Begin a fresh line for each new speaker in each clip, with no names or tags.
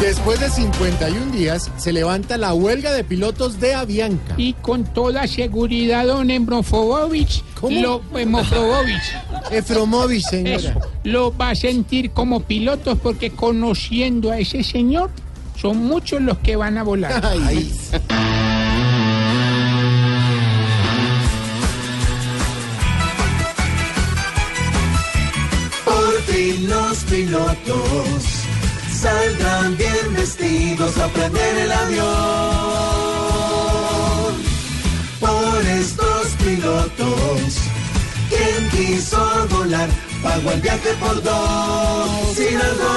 Después de 51 días se levanta la huelga de pilotos de Avianca.
Y con toda seguridad, don Embrofobovich,
¿Cómo?
lo Emofobovich,
Efromovic, señora.
eso, lo va a sentir como pilotos porque conociendo a ese señor, son muchos los que van a volar.
Ay,
Por fin los pilotos saldrán bien vestidos a prender el avión. Por estos pilotos, quien quiso volar pagó el viaje por dos sin algo.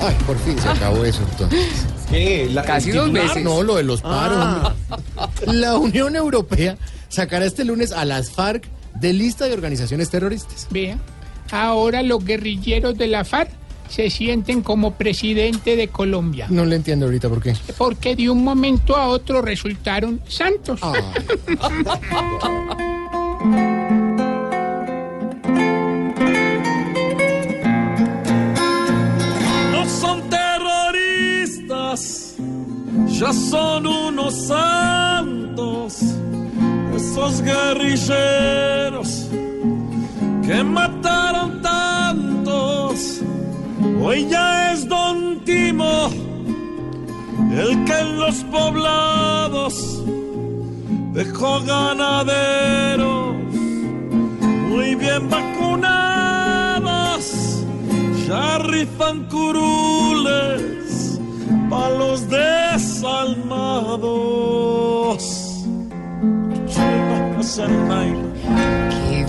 ay, por fin se acabó eso entonces.
Casi dos veces.
No, lo de los paros.
Ah.
hombre. La Unión Europea sacará este lunes a las FARC de lista de organizaciones terroristas.
Vea, ahora los guerrilleros de la FARC se sienten como presidente de Colombia.
No le entiendo ahorita por qué.
Porque de un momento a otro resultaron santos.
Ah,
No son terroristas, ya son unos santos, esos guerrilleros que mataron tantos. Hoy ya es Don Timo el que en los poblados dejó ganaderos muy bien vacunados. Ya rifan curules pa' los desalmados.
¡Qué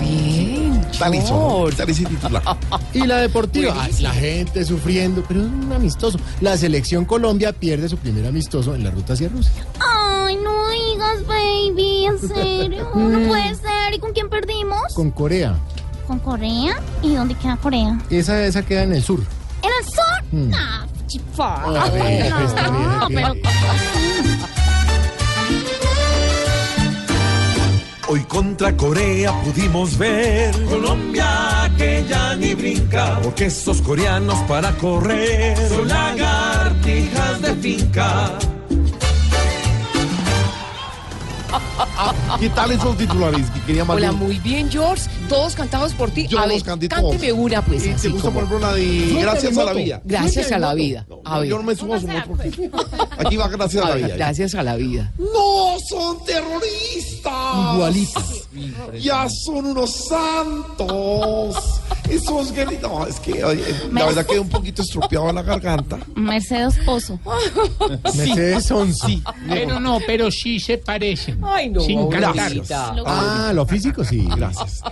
bien! George.
Y la deportiva, ay, la gente sufriendo, pero es un amistoso. La selección Colombia pierde su primer amistoso en la ruta hacia Rusia.
Ay, no digas, baby, en serio. No puede ser. ¿Y con quién perdimos?
Con Corea.
¿Con Corea? ¿Y dónde queda Corea?
Esa, esa queda en el sur.
¿En el sur? Ah, chifa.
A ver, esta vieja
No,
que-
pero
Hoy contra Corea pudimos ver Colombia que ya ni brinca Porque esos coreanos para correr Son lagartijas de finca
¿Qué tal esos titulares que quería más
Hola,
bien?
muy bien, George. Todos cantados por ti.
Yo
a
los
ver,
canté
cánteme
todos.
una, pues,
¿Y ¿Te
así
gusta, por
como...
ejemplo, la de Gracias a la vida?
Gracias a la vida.
No,
A ver,
yo no me subo a su moto. Aquí va Gracias a
a
la
ver,
vida.
gracias a la vida.
¡No son terroristas!
Igualitas.
¡Ya son unos santos! Esos guerri- No, es que oye, la verdad quedé un poquito estropeado la garganta.
Mercedes Pozo.
Mercedes Once.
Pero no, pero sí se parecen.
Ay, no,
Sin
Maurita.
cantarlos.
Ah, lo físico sí, gracias.